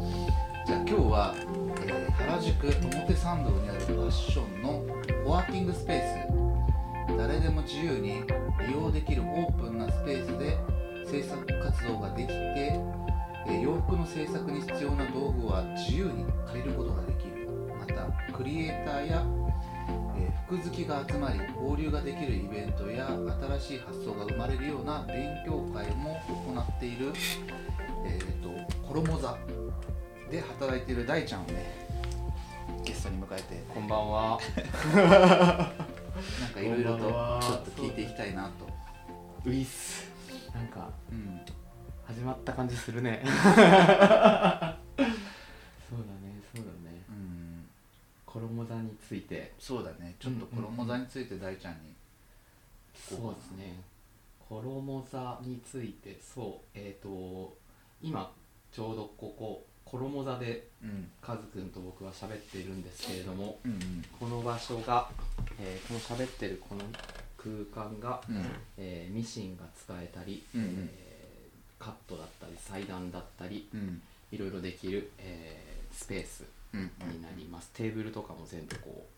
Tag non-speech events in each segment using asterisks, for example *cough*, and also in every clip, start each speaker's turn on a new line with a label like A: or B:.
A: 今日は、えー原宿表参道にあるファッションのコワーキングスペース誰でも自由に利用できるオープンなスペースで制作活動ができて、えー洋服の制作に必要な道具は自由に借りることができるまたクリエイターや、えー服好きが集まり交流ができるイベントや新しい発想が生まれるような勉強会も行っている、えー、と衣座で働いている大ちゃんをねゲストに迎えて
B: こんばんは。
A: なんかいろいろとち
B: こんばんは
A: ょっと聞いていきたいなと、
B: ウィス。なんか
A: うん、
B: 始まった感じする *laughs* ね。そうだね、そうだね。
A: うん、
B: 衣座について。
A: そうだねちょっと衣座について大ちゃんに、
B: そうですね。衣座について、そう、えっ、と、今ちょうどここ衣座で
A: うん
B: カズくんと僕は喋っているんですけれども、
A: うん
B: この場所が、えーこの喋ってるこの空間が、
A: うん
B: えーミシンが使えたり、
A: うんうん
B: えーカットだったり裁断だったり
A: うんうん
B: いろいろできる、えースペース
A: うん
B: になります、テーブルとかも全部こう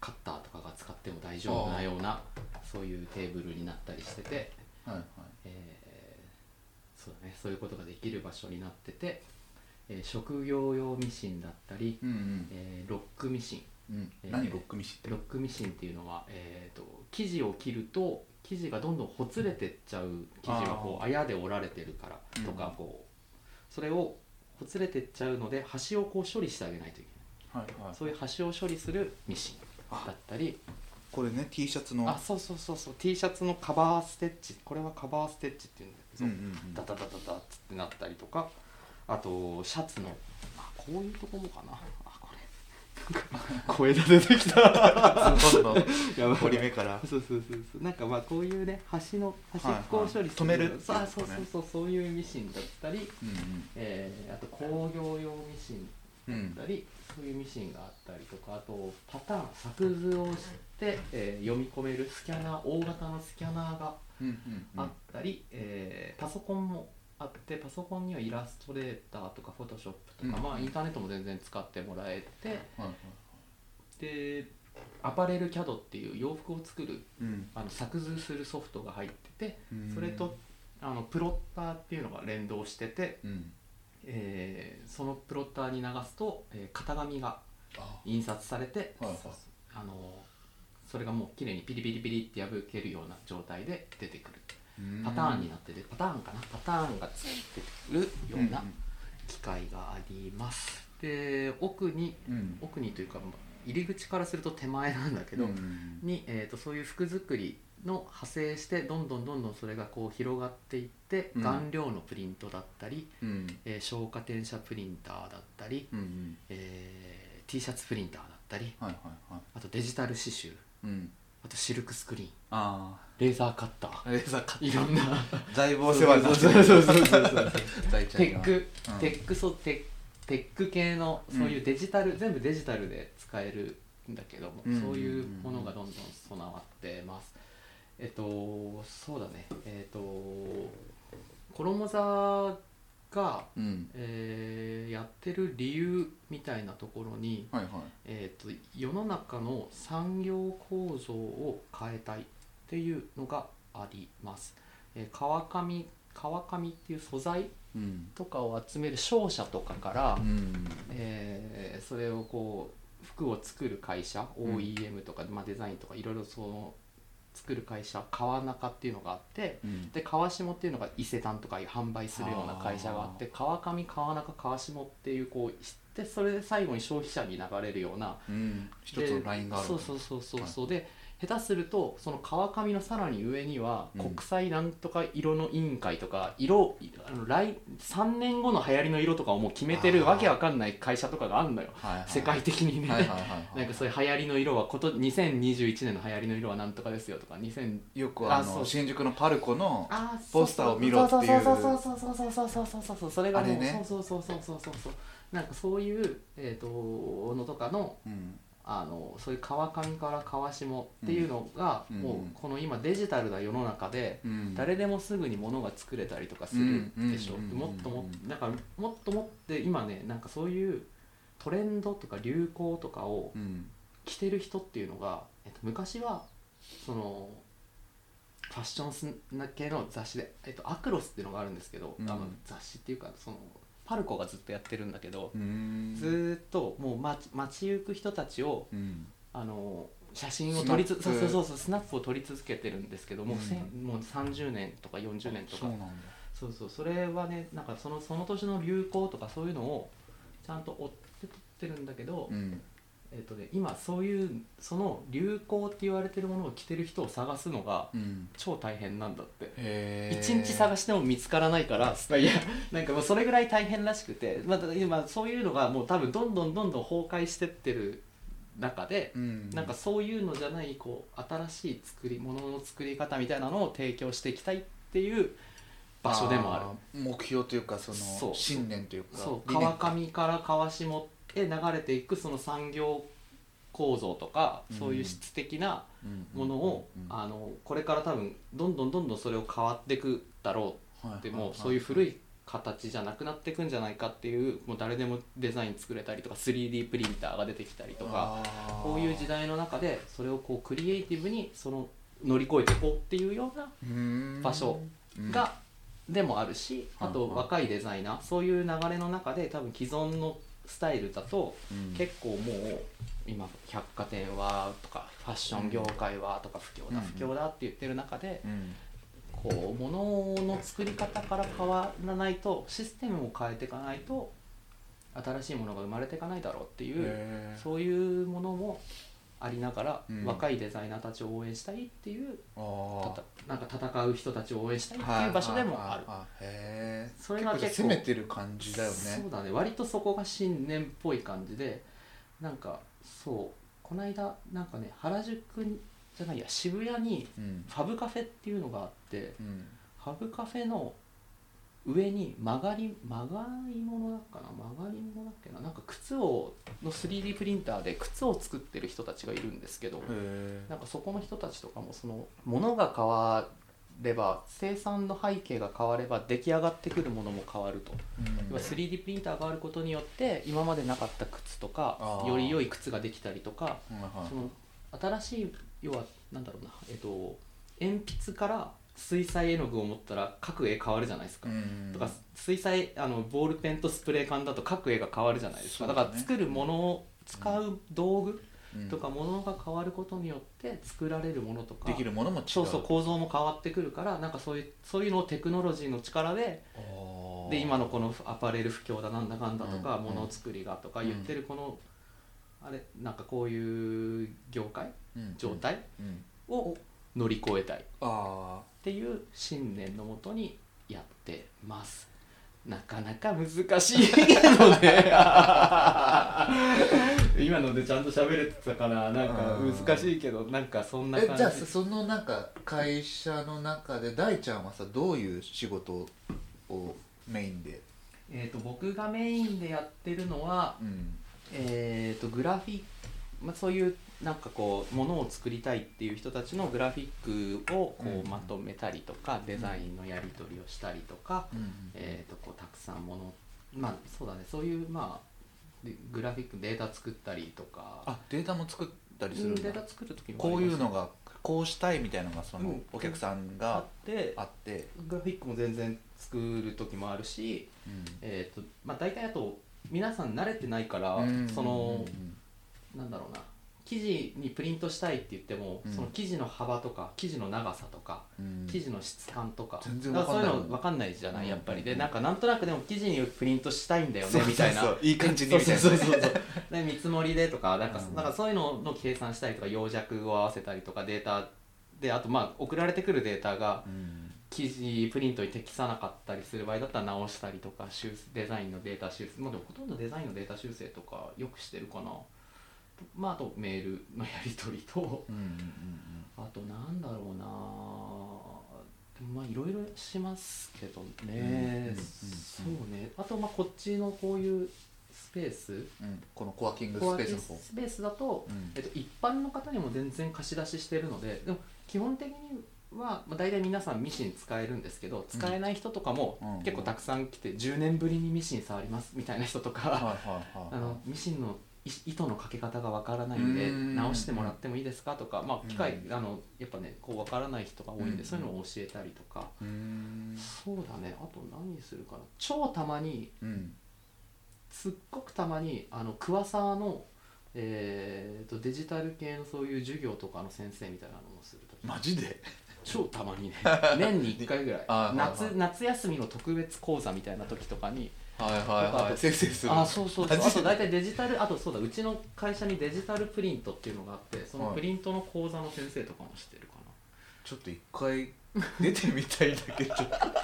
B: カッターとかが使っても大丈夫なようなそういうテーブルになったりしてて、
A: はいはい
B: えーそうだね、そういうことができる場所になってて、えー職業用ミシンだったり、
A: うんうん
B: えーロックミシン
A: うん
B: えー
A: 何ロックミシンって
B: ロックミシンっていうのは、えー、と生地を切ると生地がどんどんほつれてっちゃう生地がこう綾で折られてるからと
A: うん
B: かこうそれをほつれてっちゃうので端をこう処理してあげないといけ
A: はいは
B: ないそういう端を処理するミシンだったり
A: これね T シャツ
B: あそうそうそうそう T シャツのカバーステッチこれはカバーステッチっていうんだけ
A: う
B: ど、
A: んうん
B: ダダダダダっつってなったりとかあとシャツのあこういうとこもかなあこれなんか声が出てきた
A: うんどんどん
B: やばい
A: 折り目から
B: そうそうそうそうなんかまあこういうね端の端っこを処理する、
A: はいはい止める
B: そうあ
A: って
B: そう
A: こ
B: そ
A: と
B: う
A: ね
B: そうそういうミシンだったり、
A: うん
B: えーあと工業用ミシン
A: うんうん
B: だったりそういうミシンがあったりとかあとパターン作図をして、えー読み込めるスキャナー大型のスキャナーが
A: うんうん
B: あったり、えーパソコンもあってパソコンにはイラストレーターとかフォトショップとか、
A: うん
B: まあインターネットも全然使ってもらえて
A: はいはい
B: でアパレル CAD っていう洋服を作る
A: うん
B: あの作図するソフトが入ってて
A: うん
B: それとあのプロッターっていうのが連動してて、
A: うん
B: えーそのプロッターに流すと、えー型紙が
A: あ
B: 印刷されて、
A: はいはい
B: あのそれがもう綺麗にピリピリピリって破けるような状態で出てくる
A: うん
B: パターンになっててパターンかなパターンがついてくるような機械があります。で奥に
A: うんうん
B: 奥にというかまあ入り口からすると手前なんだけど、
A: うん
B: に、えー、とそういう服作りの派生してどんどんどんどんそれがこう広がっていって、
A: うん
B: 顔料のプリントだったり、
A: うん
B: えー消火転写プリンターだったり、
A: うんうん
B: えー T シャツプリンターだったり
A: はいはいはい
B: あとデジタル刺繍
A: うん
B: あとシルクスクリーン
A: あ
B: レーザーカッター
A: あレーザーカッ
B: いろんな
A: トだいぶお世話になってる
B: そうそうそうそうそう
A: 大ちゃん
B: テッ
A: が
B: ク、
A: うん
B: テックソテッテック系のそういうデジタル、全部デジタルで使えるんだけども、
A: うん
B: そういうものがどんどん備わってますえっとそうだねえっと衣座が、
A: うん
B: えーやってる理由みたいなところに、
A: はいはい
B: えっと世の中の産業構造を変えたいっていうのがあります、えー川上川上っていう素材
A: うん
B: とかを集める商社とかから、
A: うん
B: えーそれをこう服を作る会社
A: うん
B: OEM とか、まあ、デザインとかいろいろその作る会社川中っていうのがあって
A: うん
B: で川下っていうのが伊勢丹とかいう販売するような会社があって川上川中川下っていうこうでそれで最後に消費者に流れるような
A: うん一つのラインがある
B: そうそうそうそうそう、で下手するとその川上のさらに上には
A: うん
B: 国際なんとか色の委員会とか、色あの来3年後の流行りの色とかをもう決めて
A: あ
B: る
A: ー
B: わけわかんない会社とかがあるのよ
A: はいはい
B: 世界的にね、
A: はいはいはいはい
B: なんかそういう流行りの色はこと2021年の流行りの色はなんとかですよとか2000
A: よくあ
B: あそ
A: の
B: う
A: 新宿のパルコの
B: あ
A: ポスターを見ろっていう
B: そうそうそうそうそうそうそうそうそうそうそれがも
A: あれ
B: う、
A: ね
B: そうそうそうそうそうそうなんかそういう、えー、とのとかの
A: うん
B: あのそういう川上から川下っていうのが、
A: うん
B: もうこの今デジタルな世の中で、
A: うん
B: 誰でもすぐに物が作れたりとかす
A: う
B: る
A: ん
B: でしょ、
A: うん
B: もっとも
A: うん
B: なんかもっともって今ねなんかそういうトレンドとか流行とかを
A: うん
B: 着てる人っていうのが、えっと、昔はそのファッションす系の雑誌で、えっと、アクロスっていうのがあるんですけど、
A: うん
B: あの雑誌っていうかそのパルコがずっとやってるんだけど、
A: うん
B: ずーっともう街街行く人たちを
A: うん
B: あの写真を撮りつ
A: スナ
B: そう
A: ップ
B: そうそうそうスナップを撮り続けてるんですけどもう,、
A: うん
B: せん、もう30年とか40年と
A: そ
B: か
A: うなんだ
B: そうそうそれはねなんかそのその年の流行とかそういうのをちゃんと追って撮ってるんだけど、
A: うん
B: えっとね、今そういうその流行って言われてるものを着てる人を探すのが
A: うん
B: 超大変なんだって
A: へえ
B: 一日探しても見つからない *laughs* からいやなんかもうそれぐらい大変らしくて、まあ、だから今そういうのがもう多分どんどんどんどん崩壊してってる中で、
A: うん
B: なんかそういうのじゃないこう新しい作り物の作り方みたいなのを提供していきたいっていう場所でもある
A: る目標というかそ
B: そ
A: の
B: う
A: 信念というか
B: そう
A: 理念
B: 川上から川下へ流れていくその産業構造とか
A: うん
B: そういう質的な
A: うん
B: ものを、
A: うんうん
B: あのこれから多分どんどんどんどんそれを変わっていくだろ
A: は
B: う
A: い
B: って
A: は
B: も
A: は
B: うそういう古い形じゃなくなっていくんじゃないかっていうもう誰でもデザイン作れたりとか 3D プリンターが出てきたりとか
A: あー
B: こういう時代の中でそれをこうクリエイティブにその乗り越えていこうっていうような
A: うーん
B: 場所が、でもあるし
A: は
B: あ
A: い
B: と
A: はい
B: 若いデザイナーそういう流れの中で多分既存のスタイルだと
A: うん
B: 結構もう今百貨店はとかファッション業界はとか不況だ
A: うん
B: 不況だって言ってる中で
A: うん
B: こう物の作り方から変わらないとシステムを変えていかないと新しいものが生まれていかないだろうっていう
A: へー
B: そういうものもありながら
A: うん
B: 若いデザイナーたちを応援したいっていう
A: あー
B: たたなんか戦う人たちを応援したいって
A: はい
B: いう場所でもあ
A: は
B: る。
A: いはいはいへえ
B: それが結構
A: 攻めてる感じだよね
B: そうだね割とそこが新年っぽい感じでなんかそうこの間なんかね原宿にじゃないや渋谷に
A: うん
B: ファブカフェっていうのがあって
A: うん
B: ファブカフェの上に曲がり曲がり物だっかな曲がり物だっけななんか靴をの 3D プリンターで靴を作ってる人たちがいるんですけど、
A: へ
B: なんかそこの人たちとかもその物が変われば生産の背景が変われば出来上がってくるものも変わると要は 3D プリンターがあることによって今までなかった靴とか
A: あー
B: より良い靴ができたりとか
A: うんはいはい
B: その新しい要はなんだろうなえっと鉛筆から水彩絵の具を持ったら各絵変わるじゃないですか。
A: うん
B: とか水彩あのボールペンとスプレー缶だと各絵が変わるじゃないです
A: そ
B: かだ
A: うだね
B: から作るものを使う道具
A: うん
B: とかものが変わることによって作られるものとか
A: できるものも違う
B: そうそう構造も変わってくるからなんかそういうそういうのをテクノロジーの力で
A: あー
B: で今のこのアパレル不況だなんだかんだとか、
A: うん
B: もの作りがとか言ってるこの、あれなんかこういう業界
A: うん
B: 状態
A: うん
B: を乗り越えたいっ
A: あ
B: ていう信念のもとにやってます。なかなか難しいけど *laughs* ね今のでちゃんと喋れてたからなんか難しいけどなんかそんな
A: ーえ
B: 感
A: じ
B: じ
A: ゃあそそのなんか会社の中で大ちゃんはさどういう仕事をメインで
B: えー、と僕がメインでやってるのは、
A: うん
B: えー、とグラフィック、まあ、そういうなんかこうものを作りたいっていう人たちのグラフィックをこ
A: うんうん
B: うまとめたりとか、デザインのやり取りをしたりとか、
A: うん
B: えー、とこうたくさんものまあそうだねそういうまあでグラフィックデータ作ったりとか
A: あデータも作った
B: う
A: りする
B: ん
A: ん
B: デ
A: だ
B: ータ作る時も
A: こういう
B: あります
A: のがこうしたいみたいなのがその、
B: うん
A: お客さん
B: あ
A: が
B: って
A: あって、
B: グラフィックも全然作る時もあるし、えーとまあ、大体あと皆さん慣れてないから、
A: うん
B: その。なんだろうな記事にプリントしたいって言っても、
A: うん
B: その記事の幅とか記事の長さとか
A: うん
B: 記事の質感とか,、
A: 全然
B: だ
A: わ
B: か
A: からん
B: そ
A: ない
B: う
A: いうもん
B: の分かんないじゃない、
A: うん
B: やっぱりで
A: うん
B: なんかなんとなくでも記事にプリントしたいんだよ
A: そうそ
B: ね
A: う
B: みたいな
A: そういい感じに
B: そうそうそうそうで見積もりでとかなんか,、
A: うん
B: なんかそういうのの計算したりとか要弱を合わせたりとかデータであとまあ送られてくるデータが
A: うん
B: 記事プリントに適さなかったりする場合だったら直したりとか修正デザインのデータ修正、まあ、でもほとんどデザインのデータ修正とかよくしてるかな、まあ、あとメールのやり取りと
A: うんうんうん
B: あとなんだろうなでもまあいろいろしますけどね、
A: うんうんうんうん
B: そうねあとまあこっちのこういうスペース
A: うんうんこのコワーキング
B: コ
A: ス
B: ワ
A: ペ
B: ー
A: ー
B: キ
A: スの
B: ング
A: 方
B: スペースだと
A: うん
B: えっと、一般の方にも全然貸し出ししてるのででも基本的には、まあ、大体皆さんミシン使えるんですけど使えない人とかも
A: うん
B: 結構たくさん来て10年ぶりにミシン触りますみたいな人と
A: はい
B: か、
A: はいはい
B: *laughs* あのミシンのい糸のかけ方がわからないんで
A: うん
B: 直してもらってもいいですかとか、まあ、機械
A: う
B: あのやっぱねこうわからない人が多いん
A: う
B: で
A: ん
B: そういうのを教えたりとか
A: うーん
B: そうだねあと何するかな超たまに
A: うん
B: すっごくたまにあの桑沢の、えー、とデジタル系のそういう授業とかの先生みたいなのもするとき
A: マジで
B: 超たま
A: *laughs*
B: にね年に1回ぐらい
A: あー
B: 夏,、
A: はいはい
B: 夏休みの特別講座みたいな時とかに
A: はい
B: とか
A: はい
B: あ
A: は
B: と
A: い先生する
B: あーそうそうそう
A: マ
B: あ
A: ジで
B: と大体デジタルあとそうだうちの会社にデジタルプリントっていうのがあってその
A: はい
B: プリントの講座の先生とかもしてるか
A: ちょっと一回出てみたいんだけど
B: な、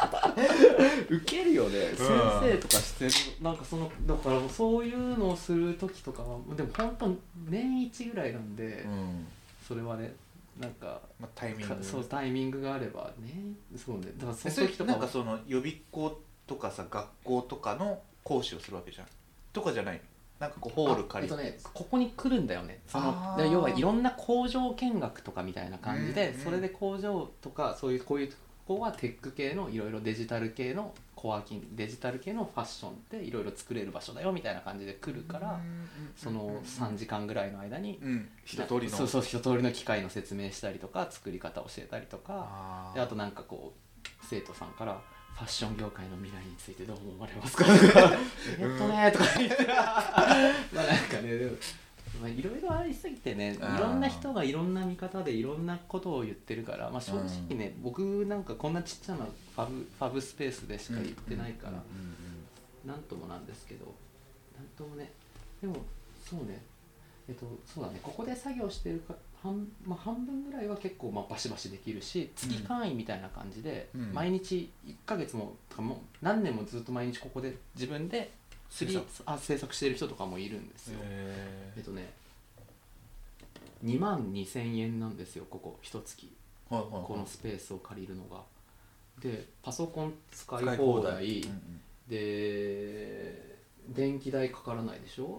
B: ウケるよね、先生とかしてるなんかそのだからもうそういうのをする時とかはでも本当年一ぐらいなんで、
A: うん
B: それはねなんか
A: まあタイミン
B: か
A: グ
B: そうタイミングがあればねそうねだからそ
A: え
B: の
A: それ
B: 時とか
A: なん
B: は
A: かその予備校とかさ学校とかの講師をするわけじゃんとかじゃないなんかこうホール借りて
B: あえっとねここに来るんだよねそ
A: あ
B: の
A: ー
B: で要はいろんな工場見学とかみたいな感じで、
A: うんうん
B: それで工場とかそういうこういうとこはテック系のいろいろデジタル系のコワーキングデジタル系のファッションでいろいろ作れる場所だよみたいな感じで来るから、その3時間ぐらいの間に、
A: うん一通りの
B: そうそう一通りの機械の説明したりとか作り方教えたりとか
A: あ
B: で
A: ー
B: あとなんかこう生徒さんから「ファッション業界の未来についてどう思われま
A: *laughs*
B: すか?」とか「えっとね」とか言ってまあなんかねでもまあいろいろありすぎてねい
A: あー
B: ろんな人がいろんな見方でいろんなことを言ってるから、まあ、正直ね、僕なんかこんなちっちゃなファブファブスペースでしか行ってないから、
A: うん
B: なんともなんですけどなんともねでもそうねえっとそうだねここで作業してるか半,、まあ、半分ぐらいは結構まあバシバシできるし月単位みたいな感じで、
A: うん
B: 毎日1ヶ月もとかもう何年もずっと毎日ここで自分で
A: 制
B: 制
A: 作
B: 作あ制作してる人とかもいるんです
A: うんうん
B: よ、
A: へ
B: えっとね2万2000円なんですよここ一月
A: ーはいはいはい
B: このスペースを借りるのがでパソコン使
A: 使
B: い
A: い
B: 放
A: 放
B: 題
A: 題うんうん
B: で電気代かからないでしょ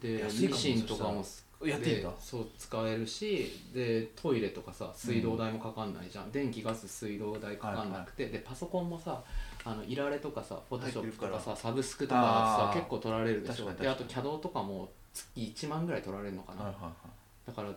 B: で
A: 安い
B: ミ
A: かも
B: シンとかも
A: そやっていいんだ
B: でそう使えるしでトイレとかさ水道代もかかんないじゃん、電気ガス水道代かかんなくて、でパソコンもさあのいられとかさフォトショップとか
A: 入ってるか
B: さサブスクとかが
A: あ
B: さ
A: ー
B: 結構取られるでし
A: 確
B: ょ
A: かに
B: であ
A: 確か
B: と
A: に
B: CAD とかも月1万ぐらい取られるのかな、
A: はいはいはい
B: だから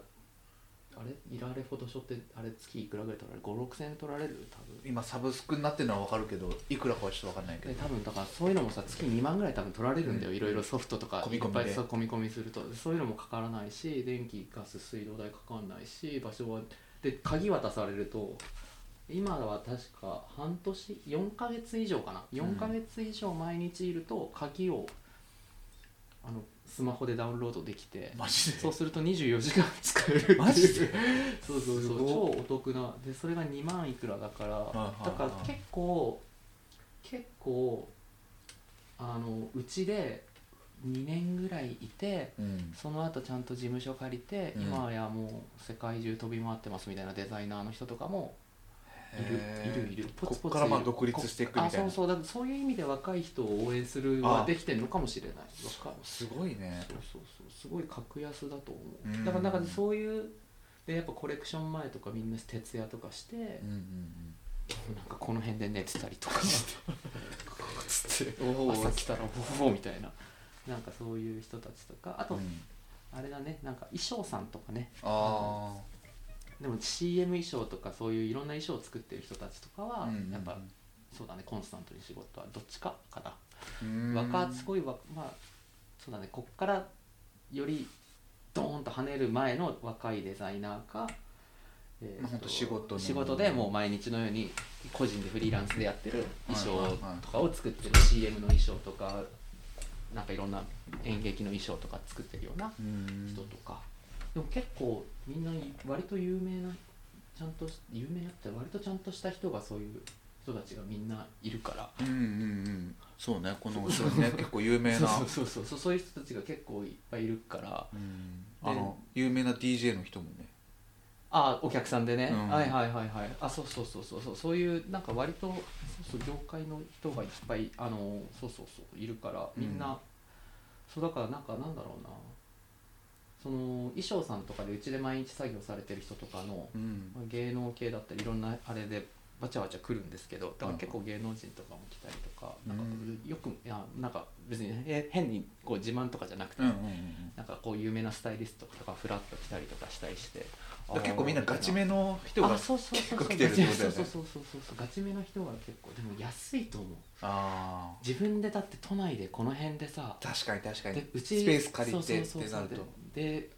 B: あれいられフォトショーってあれ月いくらぐらい取られる56000円取られる多分
A: 今サブスクになってるのは分かるけどいくらかはちょっと分かんないけ
B: で
A: ど
B: 多分だからそういうのもさ月2万ぐらい多分取られるんだよ、
A: うん
B: いろいろソフトとか
A: 込
B: い
A: み
B: っ
A: 込みで
B: ぱいそう込み込みするとそういうのもかからないし電気ガス水道代かかんないし場所はで鍵渡されると今は確か半年4ヶ月以上かな4ヶ月以上毎日いると鍵をあのスマホでダウンロードできて
A: マジで
B: そうすると24時間使えるってい
A: *laughs*
B: う
A: マジで
B: そうそうそう
A: すご
B: 超お得なでそれが2万いくらだから、
A: はいはい
B: だから結構結構あのうちで2年ぐらいいて
A: うん
B: その後ちゃんと事務所借りて、
A: うん
B: 今やもう世界中飛び回ってますみたいなデザイナーの人とかもいる
A: へー
B: いるいるポ
A: こ
B: ツポ
A: っ
B: ツ
A: からまあ独立していくみ
B: あ
A: たい
B: そう
A: な
B: そうだからそういう意味で若い人を応援するは
A: あ
B: できてるのかもしれないわかる
A: すごいね
B: そうそうそうすごい格安だと思
A: う
B: うんだからなんかそういうでやっぱコレクション前とかみんな徹夜とかして、
A: うんうん
B: なんかこの辺で寝てたりとかつって
A: うんおー
B: 朝来たらおおみたいななんかそういう人たちとかあと、
A: うん
B: あれだねなんか衣装さんとかね
A: ああ
B: でも CM 衣装とかそういういろんな衣装を作ってる人たちとかは、
A: うんうんうん
B: やっぱそうだねコンスタントに仕事はどっちかかな
A: うーん
B: 若すごいわまあそうだねこっからよりドーンと跳ねる前の若いデザイナーか、え
A: まあほんと仕事の
B: 仕事でもう毎日のように個人でフリーランスでやってる衣
A: はいはい
B: 装
A: はい
B: とかを作ってる CM の衣装とかなんかいろんな演劇の衣装とか作ってるような
A: うーん
B: 人とかでも結構みんな割と有名なちゃんとし有名だって割とちゃんとした人がそういう人たちがみんないるから
A: うんうんうんそうねこの後ろね結構有名な
B: *laughs* そうそうそうそうそういう人たちが結構いっぱいいるから
A: うんあの有名な DJ の人もね
B: あお客さんでね、
A: うん
B: はいはいはいはいあそうそうそうそうそうそういうなんか割とそうそう業界の人がいっぱいあのそうそうそういるからみんな、
A: うん
B: そうだからなんかなんだろうなその衣装さんとかでうちで毎日作業されてる人とかの
A: うん
B: まあ芸能系だったりいろんなあれでバチャバチャ来るんですけどだから結構芸能人とかも来たりとかなんか
A: うん
B: よくいやなんか別にえ変にこう自慢とかじゃなくて、
A: うんうんうん
B: なんかこう有名なスタイリストとかフラッと来たりとかしたりして
A: だから結構みんなガチめの人が
B: あそうそうそう
A: 結
B: そ
A: 構
B: う
A: 来てるってことだよね
B: そうそうそうそうそうガチめの人が結構でも安いと思う
A: あ
B: 自分でだって都内でこの辺でさ
A: あ確かに確かに
B: でうち
A: スペース借りてっ
B: そうそう
A: て
B: そう
A: な
B: そう
A: ると
B: でで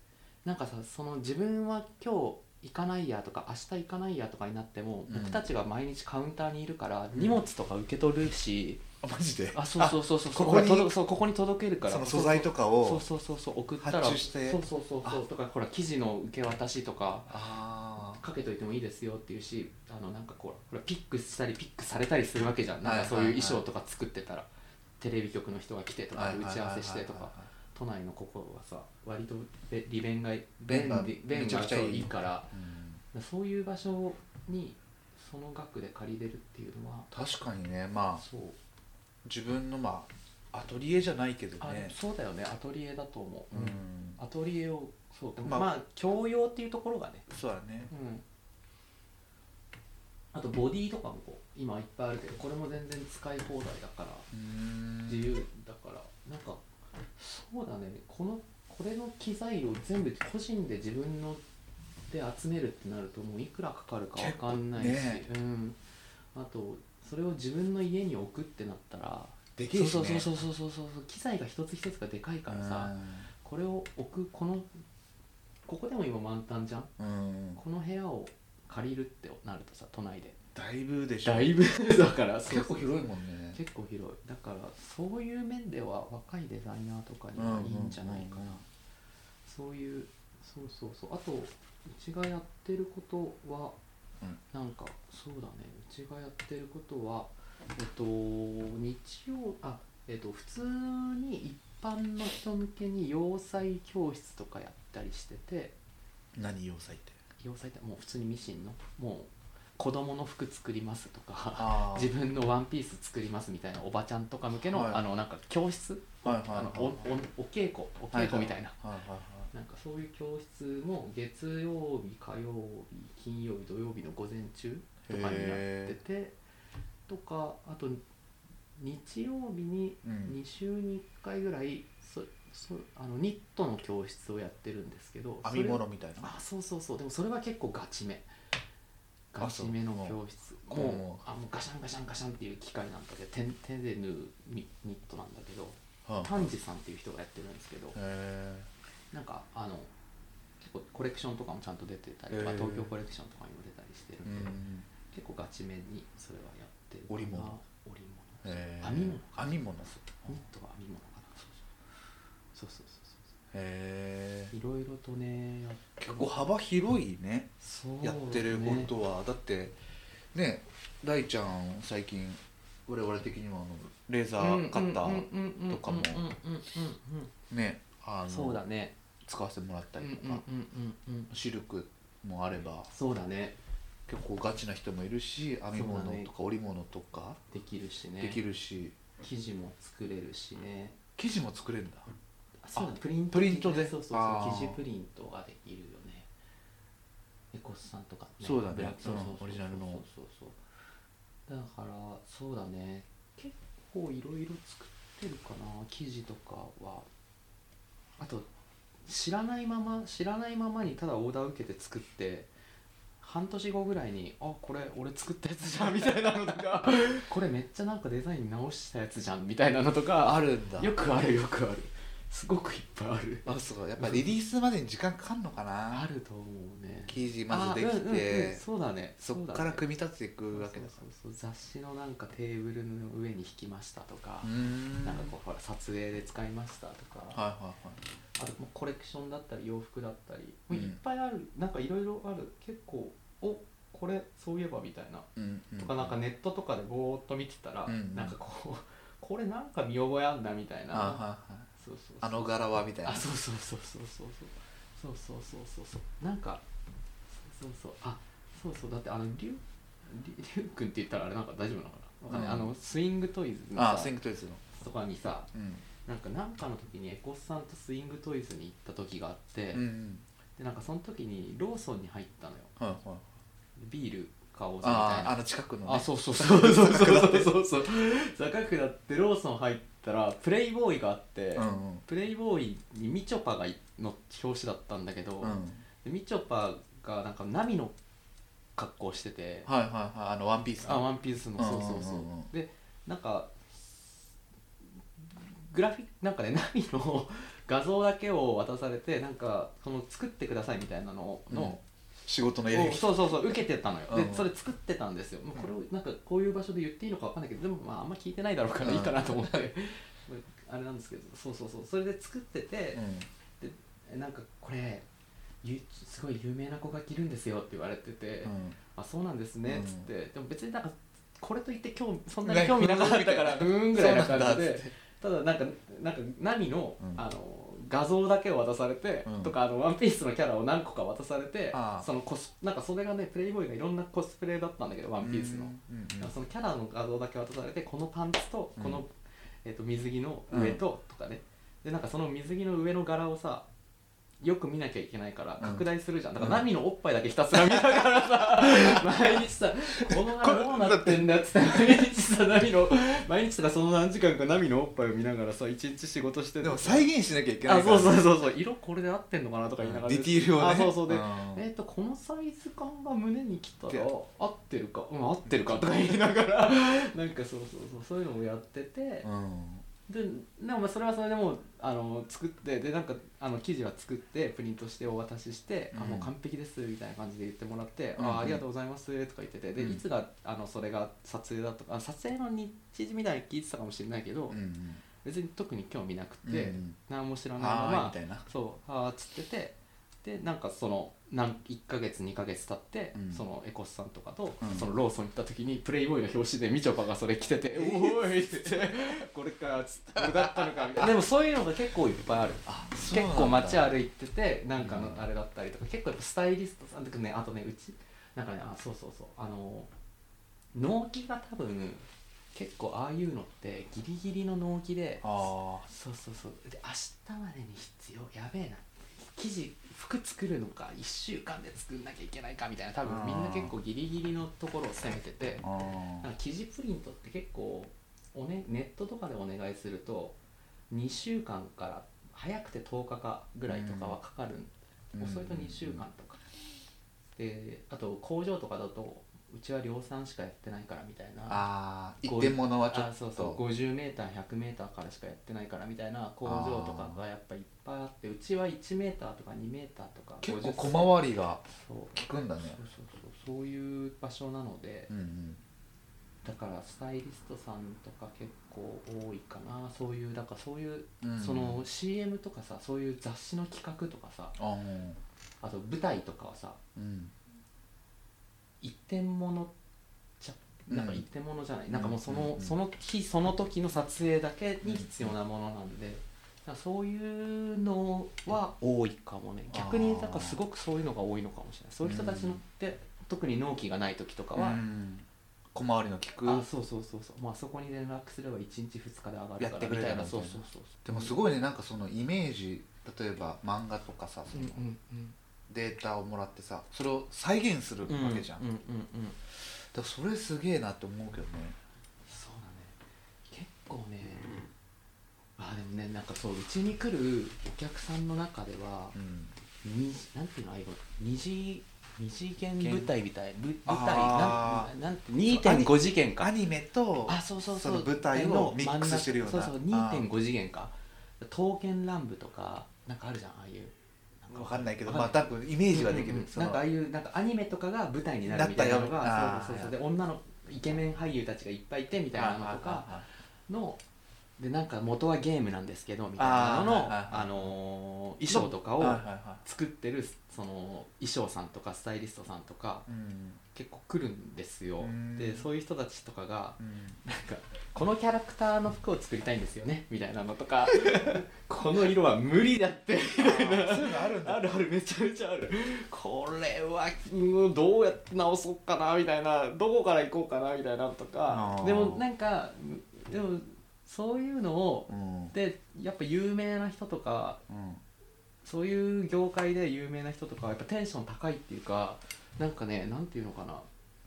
B: なんかさその自分は今日行かないやとか明日行かないやとかになっても、
A: うん
B: 僕たちが毎日カウンターにいるから
A: うん
B: 荷物とか受け取るし、
A: あマジで
B: あそうそうそうそう
A: ここに
B: ほら届そうここに届けるから
A: その素材とかを
B: そうそうそうそう送ったら
A: 発注して
B: そうそうそうそ
A: あ
B: うとかほら生地の受け渡しとか
A: あ
B: かけといてもいいですよっていうしあのなんかこうほらピックしたりピックされたりするわけじゃんなんかそういう衣装とか作ってたら、テレビ局の人が来てと
A: あ
B: か打ち合わせしてとか都内のここはさ割とべ利便が便
A: が
B: 利
A: め
B: 便
A: ちゃ
B: が
A: くちゃ
B: そう
A: いい
B: いいから
A: うん
B: そういう場所にその額で借りれるっていうのは
A: 確かにねまあ
B: そう
A: 自分のまあアトリエじゃないけど
B: あ、でも
A: ね
B: そうだよねアトリエだと思う、
A: うん、
B: アトリエをそうでも
A: ま
B: ま
A: あ
B: あ、教養っていうところがね
A: そうだね
B: うんあとボディとかもこう今いっぱいあるけどこれも全然使い放題だから
A: うん
B: 自由だからなんかそうだねこのこれの機材を全部個人で自分ので集めるってなるともういくらかかるかわかんないし、
A: 結構ね
B: うん、あとそれを自分の家に置くってなったら
A: できるし
B: そう
A: ね
B: そうそううそうそうそうそう機材が一つ一つがでかいからさ、これを置くこのここでも今満タンじゃん
A: んうん
B: この部屋を借りるってなるとさ都内で
A: だいぶでしょ
B: だいぶだからそう
A: 結構広いもんね
B: 結構広いだからそういう面では若いデザイナーとかにはいいんじゃないかな、
A: うんうんうん
B: そういうそうそうそうあとうちがやってることは、
A: うん
B: なんかそうだねうちがやってることはえっと日曜あえっと普通に一般の人向けに洋裁教室とかやったりしてて
A: 何要塞って
B: 洋裁ってもう普通にミシンのもう子供の服作りますとか
A: あ
B: 自分のワンピース作りますみたいなおばちゃんとか向けの、
A: はい
B: あのなんか教室、
A: はいはいはい
B: あのおおお稽古お稽古みたいな、
A: はいはいはい
B: なんかそういう教室も月曜日火曜日金曜日土曜日の午前中とかにやっててとかあと日曜日に
A: うん
B: 2週に1回ぐらいそそあのニットの教室をやってるんですけどそ
A: 編
B: れ
A: み物みたいな
B: あそうそうそうでもそれは結構ガチめ
A: あ
B: ガチめの
A: そう
B: 教室
A: もう
B: もう
A: もう
B: あもうガシャンガシャンガシャンっていう機械なんだけど手手で縫うニニットなんだけど
A: はあ
B: 丹治さんっていう人がやってるんですけど
A: へえ
B: なんかあの結構コレクションとかもちゃんと出てたりとか
A: へえ
B: 東京コレクションとかにも出たりしてる
A: うん
B: で
A: ん
B: 結構ガチめにそれはやってるかな
A: 織物
B: 織
A: へ
B: 物
A: え
B: 編み物
A: 編み物へ
B: ニットは編み物かなそうそうそうそう
A: え
B: そうそういろいろとねやっ
A: 結構幅広いね
B: そうね
A: やってることはだってね大ちゃん最近我々的にはあのレーザーカッターとかも
B: うんうんうんうんうんうん
A: ねあ
B: うんそう
A: の
B: だね
A: 使わせてもらった
B: うんう
A: り
B: ん
A: と
B: うん
A: か
B: うんうん
A: シルクもあれば
B: そうだね
A: 結構ガチな人もいるし編み
B: そうだ
A: 物
B: ね
A: とか織物とか
B: できるしね
A: できるし
B: 生地も作れるしね
A: 生地も作れるんだ
B: あそうだねプリン
A: プリントで
B: そうそうそう
A: あー
B: 生地プリントができるよねエコスさんとか、
A: そうだね
B: ブラック
A: うんオリジナルの
B: そうそうそうそうだからそうだね結構いろいろ作ってるかな生地とかはあと知らないまま知らないままにただオーダー受けて作って半年後ぐらいに「あこれ俺作ったやつじゃん」みた *laughs* いなのとか
A: *laughs*
B: 「これめっちゃなんかデザイン直したやつじゃん」みたいなのとか
A: あるんだ
B: よくあるよくあるすごくいっぱいある
A: あそうやっぱリリースまでに時間かかんのかな
B: あると思うね
A: 生地まずで
B: あ
A: き
B: うんうんうん
A: て
B: そうだね
A: そっから
B: く
A: 組み立てていくわけだか
B: そうそうそう雑誌のなんかテーブルの上に引きましたとから
A: うー、ん
B: なんかこうほら撮影で使いましたとか、
A: はいはいはい
B: あともうコレクションだったり洋服だったりもう
A: うん
B: いっぱいある、なんかいろいろある結構おこれそういえばみたいな、
A: うんう
B: とかなんかネットとかでぼーっと見てたら、
A: うんうん
B: なんかこうこれなんか見覚えあんなみたい
A: あ
B: な
A: はいはい
B: そうそうそう
A: あの柄はみたいな
B: あそうそうそうそうそうそうそうそうそうそうそうなんかそうそうそうあそうそうだってあの *laughs* りゅうりゅりゅうくんって言ったらあれなんか大丈夫なのかなわかんない、
A: うん
B: あのスイングトイズの
A: あ
B: さ
A: スイングトイズの
B: とかにさ
A: うん
B: なんかなんかの時にエコスさんとスイングトイズに行った時があって、
A: うんうん
B: でなんかその時にローソンに入ったのよ
A: はいはい
B: ビール買おうぜみたい
A: ああ
B: な
A: あの近くのね
B: あそうそうそうそうそうそうそうそう坂下ってローソン入ったらプレイボーイがあって、
A: うんうん
B: プレイボーイにみちょぱがいの表紙だったんだけど、
A: うん
B: でみちょぱがなんかナミの格好してて
A: はいはいはいあのワンピース
B: あ
A: の
B: ワンピースの
A: うん
B: そうそうそう,、
A: うんうんうん
B: でなんかグラフィックなんかねナミの *laughs* 画像だけを渡されてなんかその作ってくださいみたいなのの、
A: うん仕事のやり
B: をそうそうそう受けてたのよ、
A: うんうん
B: でそれ作ってたんですよもうこれをなんかこういう場所で言っていいのかわかんないけどでもまああんま聞いてないだろうからいいかなと思って、 *laughs* あれなんですけどそうそうそうそれで作ってて、なんかこれゆすごい有名な子が着るんですよって言われてて、あそうなんですねっつって、でも別になんかこれといって興味
A: *laughs*
B: そんなに興味なかったから
A: ね
B: うーんぐらいな感じ
A: そうなんだっ
B: で
A: つって
B: ただなんかなんか何の,、
A: うん
B: あの画像だけを渡されて、
A: うん
B: とかあのワンピースのキャラを何個か渡されて
A: ああ
B: そのコスなんかそれがねプレイボーイがいろんなコスプレだったんだけどワンピースの、なんかそのキャラの画像だけ渡されてこのパンツとこの、
A: うん
B: えっと水着の上と、とかねでなんかその水着の上の柄をさよく見なきゃいけないから
A: うん
B: 拡大するじゃん、だか
A: うん
B: らナミのおっぱいだけひたすら見ながら
A: *laughs*
B: さ毎日さ「この柄どうなってんだ」っつって毎日さナミの毎日とかその何時間かナミのおっぱいを見ながらさ一日仕事して
A: うんで
B: て
A: も再現しなきゃいけな
B: あ
A: いから
B: そうそうそうそう色これで合ってんのかなとか言いながら
A: ディティールをね
B: あそうそうで、
A: うん
B: えっ、とこのサイズ感が胸にきた
A: で
B: ら合ってるかうん合ってるかとか言いながらなんかそうそうそうそういうのをやってて
A: うん
B: ででもまあそれはそれでもうあの作ってでなんかあの記事は作ってプリントしてお渡しして、あ
A: うん
B: もう完璧ですみたいな感じで言ってもらって、
A: うんうん
B: あありがとうございますとか言っててで、
A: うん
B: いつがあのそれが撮影だとかあ撮影の日時みたいに聞いてたかもしれないけど、
A: うんうん
B: 別に特に興味なく
A: うん
B: て、何も知らないま
A: あー
B: ま
A: みたいな
B: そうあーっつっててでなんかそのなん1ヶ月2ヶ月経って、
A: うん
B: そのエコスさんとかと、
A: うん
B: そのローソン行った時にプレイボーイの表紙でみちょぱがそれ着てて「おーい」っつって「これか」っつって「これだったのか」みたいなでもそういうのが結構いっぱいある
A: あそうなん
B: 結
A: だ
B: 構街歩いててなんかの
A: うん
B: あれだったりとか、結構やっぱスタイリストさんとかねあとねうちなんかねあそうそうそうあの納期が多分結構ああいうのってギリギリの納期で
A: あ
B: そうそうそうで明日までに必要やべえな生地服作るのか1週間で作んなきゃいけないかみたいな多
A: あー
B: 分みんな結構ギリギリのところを攻めてて
A: ーあ
B: なんか生地プリントって結構お、ね、ネットとかでお願いすると2週間から早くて10日かぐらいとかはかかるん
A: うん
B: 遅いと2週間とか、であと工場とかだとうちは量産しかやってないからみたいな
A: あー一点物はちょっ
B: あ
A: と
B: そうそう 50m100m からしかやってないからみたいな工場とかがやっぱいっぱいあってうちは 1m とか 2m とか
A: 結構
B: そう
A: 小回りが
B: そう
A: 効くんだね
B: そうそうそういう場所なので
A: うんうん
B: だからスタイリストさんとか結構多いかなそういうだからそういう、
A: うん
B: その CM とかさそういう雑誌の企画とかさ
A: あー
B: あと舞台とかはさ
A: うん
B: 一点物じゃなんか
A: うん
B: 一点物じゃない、なんかもうその、
A: うんうん
B: その日その時の撮影だけに必要なものなんで、だからそういうのは多いかもね
A: あー
B: 逆にだからすごくそういうのが多いのかもしれないそういう人たちのって、特に納期がない時とかは
A: う、ん小回りの効く
B: あそうそうそうそうもうあそこに連絡すれば1日2日で上がる
A: やっ
B: か
A: て
B: ら
A: く
B: み
A: れるからみ
B: たい
A: たいな
B: なそうそうそう
A: でもすごいねなんかそのイメージ例えば漫画とかさそ
B: うん
A: の
B: うんうん
A: データをもらってさそれを再現する
B: うん
A: わけじゃん、
B: うんうんうん
A: だからそれすげえなって思うけどね
B: そうだね結構ねあでもねなんかそううちに来るお客さんの中では、
A: うん
B: になんていうのああいうの二次二次元舞台みたいぶ
A: あー
B: 舞台なんなんて2.5次元
A: ア
B: か
A: ニメと
B: あそうそうそう
A: その舞台をミックスしてるような
B: そうそう
A: あー
B: 2.5次元か刀剣乱舞とかなんかあるじゃんああいう
A: わかんないけど
B: わ
A: まあ多分イメージはできる、
B: うんうん
A: そ
B: な
A: の
B: んかああいうなんかアニメとかが舞台になるみたいな
A: な
B: の
A: ったよ
B: がそうそ
A: あー
B: うそうで女のイケメン俳優たちがいっぱいいてみたいなのとか
A: あ
B: のでなんか元はゲームなんですけどみたい
A: あー
B: なのの
A: はいはいはい
B: あのー衣装とか
A: あ
B: を
A: はいはいは
B: 作ってるその衣装さんとかスタイリストさんとか
A: いうん
B: 結構来るんですよ
A: うん
B: でそういう人たちとかが *laughs*
A: うん
B: なんかこのキャラクターの服を作りたいんですよねみたいなのと
A: *laughs*
B: かこの色は無理だって
A: あーそういうのあるんだ
B: あるあるめちゃめちゃあるこれはうんどうやって直そうかなみたいなどこから行こうかなみたいなのと
A: あ
B: か
A: ー
B: でもなんかでもそういうのを
C: うん
B: でやっぱ有名な人とか
C: うん
B: そういう業界で有名な人とかはやっぱテンション高いっていうかなんかねなんていうのかな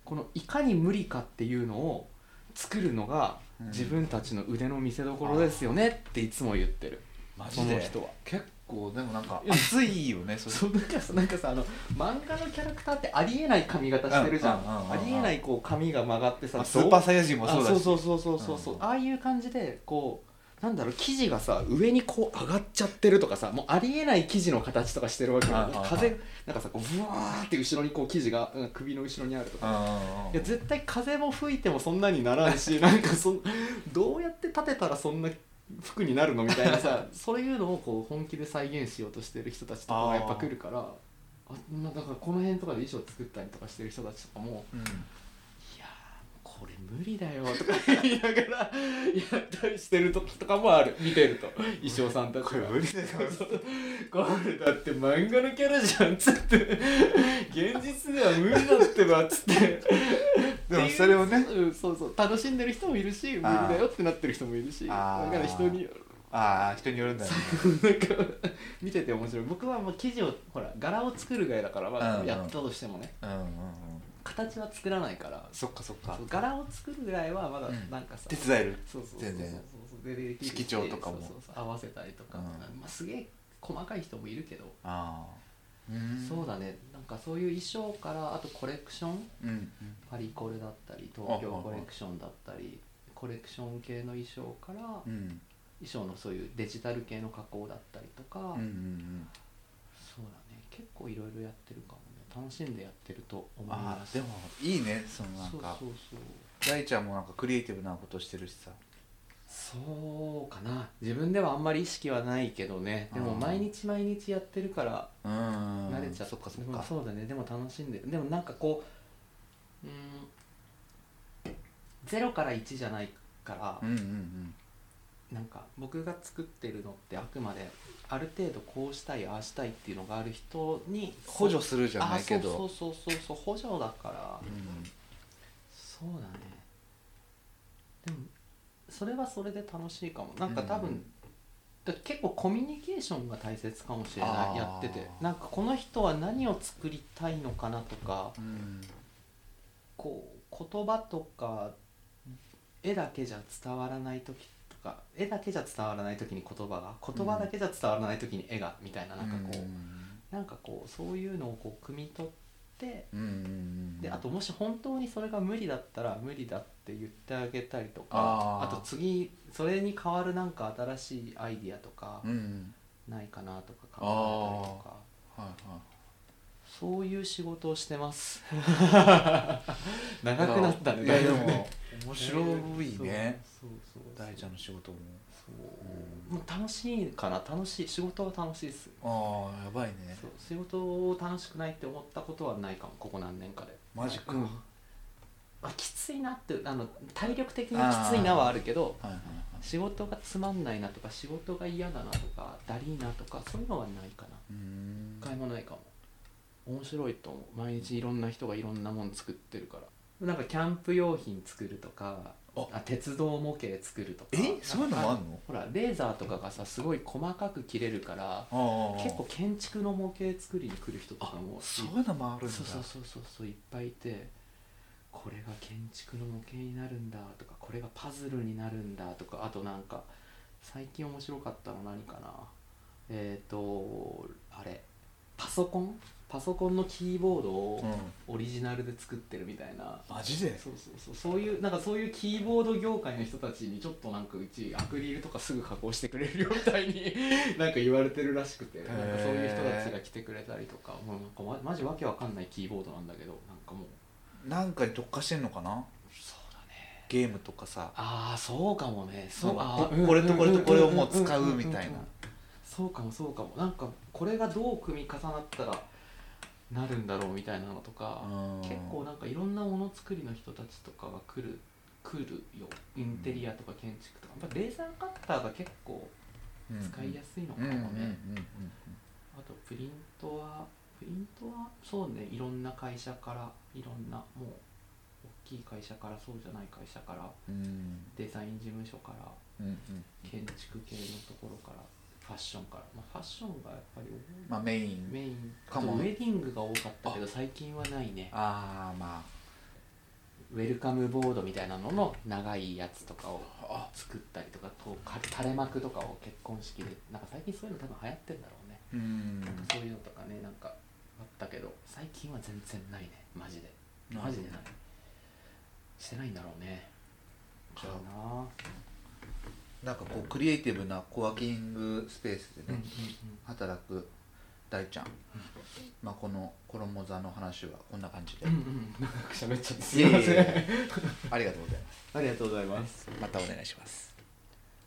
B: このいかに無理かっていうのを作るのが
C: うん
B: 自分たちの腕の見せ所ですよねっていつも言ってる、
C: マ
B: そ
C: ジ
B: の
C: で
B: 人は。
C: 結構でもなんか
B: いや
C: 熱いよねそれ
B: そうなんかさなんかさあの漫画のキャラクターってありえない髪型してるじゃ
C: う
B: ん
C: んうんうんうん
B: ありえないこう髪が曲がってさ
C: まあスーパー
B: ど
C: サイヤ人
B: う
C: もそうだし
B: あそうそうそうそうそうそう
C: うん
B: ああいう感じでこうなんだろう生地がさ上にこう上がっちゃってるとかさもうありえない生地の形とかしてるわけよ
C: うんうんうん
B: 風なんかさこうブワーって後ろにこう生地がうん首の後ろにあるとか
C: うんうんうん
B: いや絶対風も吹いてもそんなになら
C: *laughs*
B: んしなんかそんどうやって立てたらそんな服になるのみたい
C: *laughs*
B: なさそういうのをこう本気で再現しようとしてる人たちとかがやっぱ来るからあなだからこの辺とかで衣装作ったりとかしてる人たちとかも
C: うん
B: 「いやーこれ無理だよ」とか *laughs* 言いながらやったりしてる時とかもある見てると衣装さんたち
C: これ
B: が。
C: 無理
A: *laughs*
C: だよ
B: これだって漫画のキャラじゃんっつって現実では無理だってばっつって
C: でもそれをね
B: うん、そうそう楽しんでる人もいるし無理
C: あー
B: だよってなってる人もいるしだ
C: あ
B: か
C: ー
B: ら人によ *laughs* る
C: ああ人によるんだね
B: なんか見てて面白い僕はもう生地をほら柄を作るぐらいだから、ま
C: うん
B: あ、
C: うん
B: やったとしてもね
C: うんうんうん
B: 形は作らないから
C: そっかそっか
B: そう柄を作るぐらいはまだ
C: うん
B: なんかさ、
C: 手伝える
B: そうそうそうそう
C: 全然
B: でできるし
C: 色調とかも
B: そうそうそう合わせたりとか、
C: うん
B: まあ、すげえ細かい人もいるけど、
C: ああうん
B: そうだねなんかそういう衣装からあとコレクション
C: うんうん
B: パリコレだったり東京
C: あああ
B: コレクションだったりコレクション系の衣装から
C: うんうん
B: 衣装のそういうデジタル系の加工だったりとか、
C: うんうん
B: そうだね結構いろいろやってるかもね楽しんでやってると思い
C: あ
B: ま
C: あ
B: す
C: でもいいねそのなんか
B: そうそう
C: 大ちゃんもなんかクリエイティブなことしてるしさ
B: そうそうかな自分ではあんまり意識はないけどねでも
C: あー
B: 毎日毎日やってるから
C: うん
B: 慣れちゃ
C: そっかそっ
B: でも
C: か
B: そうだねでも楽しんででもなんかこううーん0から1じゃないから、
C: うんうんうん
B: なんか僕が作ってるのってあくまである程度こうしたいああしたいっていうのがある人に
C: 補助するじゃないけ
B: あそう
C: ど
B: そうそうそうそう補助だから、
C: うん
B: そうだねでもそれはそれで楽しいかもなんか多分、
C: うん
B: だから結構コミュニケーションが大切かもしれ
C: あ
B: ない
C: ー
B: やっててなんかこの人は何を作りたいのかなとか
C: うん
B: こう言葉とか絵だけじゃ伝わらない時とか絵だけじゃ伝わらない時に言葉が言葉だけじゃ伝わらない時に絵がみたいななんかこう、なんかこうそういうのをこう汲み取って
C: うんうんうん
B: であともし本当にそれが無理だったら無理だって言ってあげたりとか
C: あ
B: あ
C: ー
B: と次それに代わるなんか新しいアイディアとか
C: うんうん
B: ないかなとか考え
C: はい
B: たりとか
C: はい
B: そういう仕事をしてます
C: *laughs*
B: 長くなったね
C: いやで
B: だいぶ
C: *laughs* も
B: ね
C: 面白いね
B: そうそうそう
C: 大ちゃんの仕事も
B: そうもう楽しいかな楽しい仕事は楽しいです
C: ああやばいね
B: そう仕事を楽しくないって思ったことはないかもここ何年かで
C: マジか
B: うんあきついなってあの体力的にきついなはあるけど
C: はいはいはい
B: 仕事がつまんないなとか仕事が嫌だなとかだりーなとかそういうのはないかな
C: うーん
B: 買い物ないかも面白いと思う毎日いろんな人がいろんなもの作ってるからなんかキャンプ用品作るとか
C: あ
B: あ鉄道模型作るとか
C: えそういうのもあ
B: なん
C: ん
B: か
C: の
B: ほらレーザーとかがさすごい細かく切れるから
C: ああ
B: 結構建築の模型作りに来る人とかもい
C: そういうのもあるんだ
B: そうそうそうそうそういっぱいいてこれが建築の模型になるんだとかこれがパズルになるんだとかあとなんか最近面白かったの何かなえっ、とあれパソコンパソコンのキーボード
C: う
B: を
C: ん
B: オリジナルで作ってるみたいな、
C: マジで
B: そうそうそうそういうなんかそういうキーボード業界の人たちにちょっとなんかうちアクリルとかすぐ加工してくれるよみたいに *laughs* なんか言われてるらしくてなん
C: ー
B: かそういう人たちが来てくれたりとかもうなんかまマジわけわかんないキーボードなんだけどなんかもう
C: なんかに特化してんのかな
B: そうだね
C: ゲームとかさ
B: ああそうかもねそう
C: うん
B: あー
C: ここれとこれとこれをもう使うん
B: んんんんん
C: みたいな
B: そうかもそうかもなんかこれがどう組み重なったらなるんだろうみたいなのとか、結
C: 結
B: 構なんかいろんなもの作りの人たちとかが来る来るよインテリアとか建築とかやっぱレーザーカッターが結構使いやすいのか
C: うんう
B: もね、
C: んうんうん
B: あとプリントはプリントはそうねいろんな会社からいろんなもうきい会社からそうじゃない会社から
C: うん
B: デザイン事務所から
C: うんうん
B: 建築系のところからファッションから、まあ、ファッションがやっぱり多い
C: まあメイン
B: メイン
C: か
B: か
C: も
B: もウェディングが多かったけど最近はないね
C: ああま
B: ウェルカムボードみたいなのの長いやつとかを
C: ああ
B: 作ったりとかこうか垂れ幕とかを結婚式でなんか最近そういうの多分流行ってんだろうね
C: うん
B: そういうのとかねなんかあったけど最近は全然ないねマジでマジでないしてないんだろうね
C: じゃ
B: か
C: あ
B: な
C: なんか
A: こうクリエイティブなコワーキングスペースでね、働く大ちゃん、まあ、この衣座の話はこんな感じで、
B: うん *laughs* うん長く喋っちゃってす
C: い
B: い
C: えい
B: ません
C: えありがとうございます
B: ありがとうございます
C: またお願いします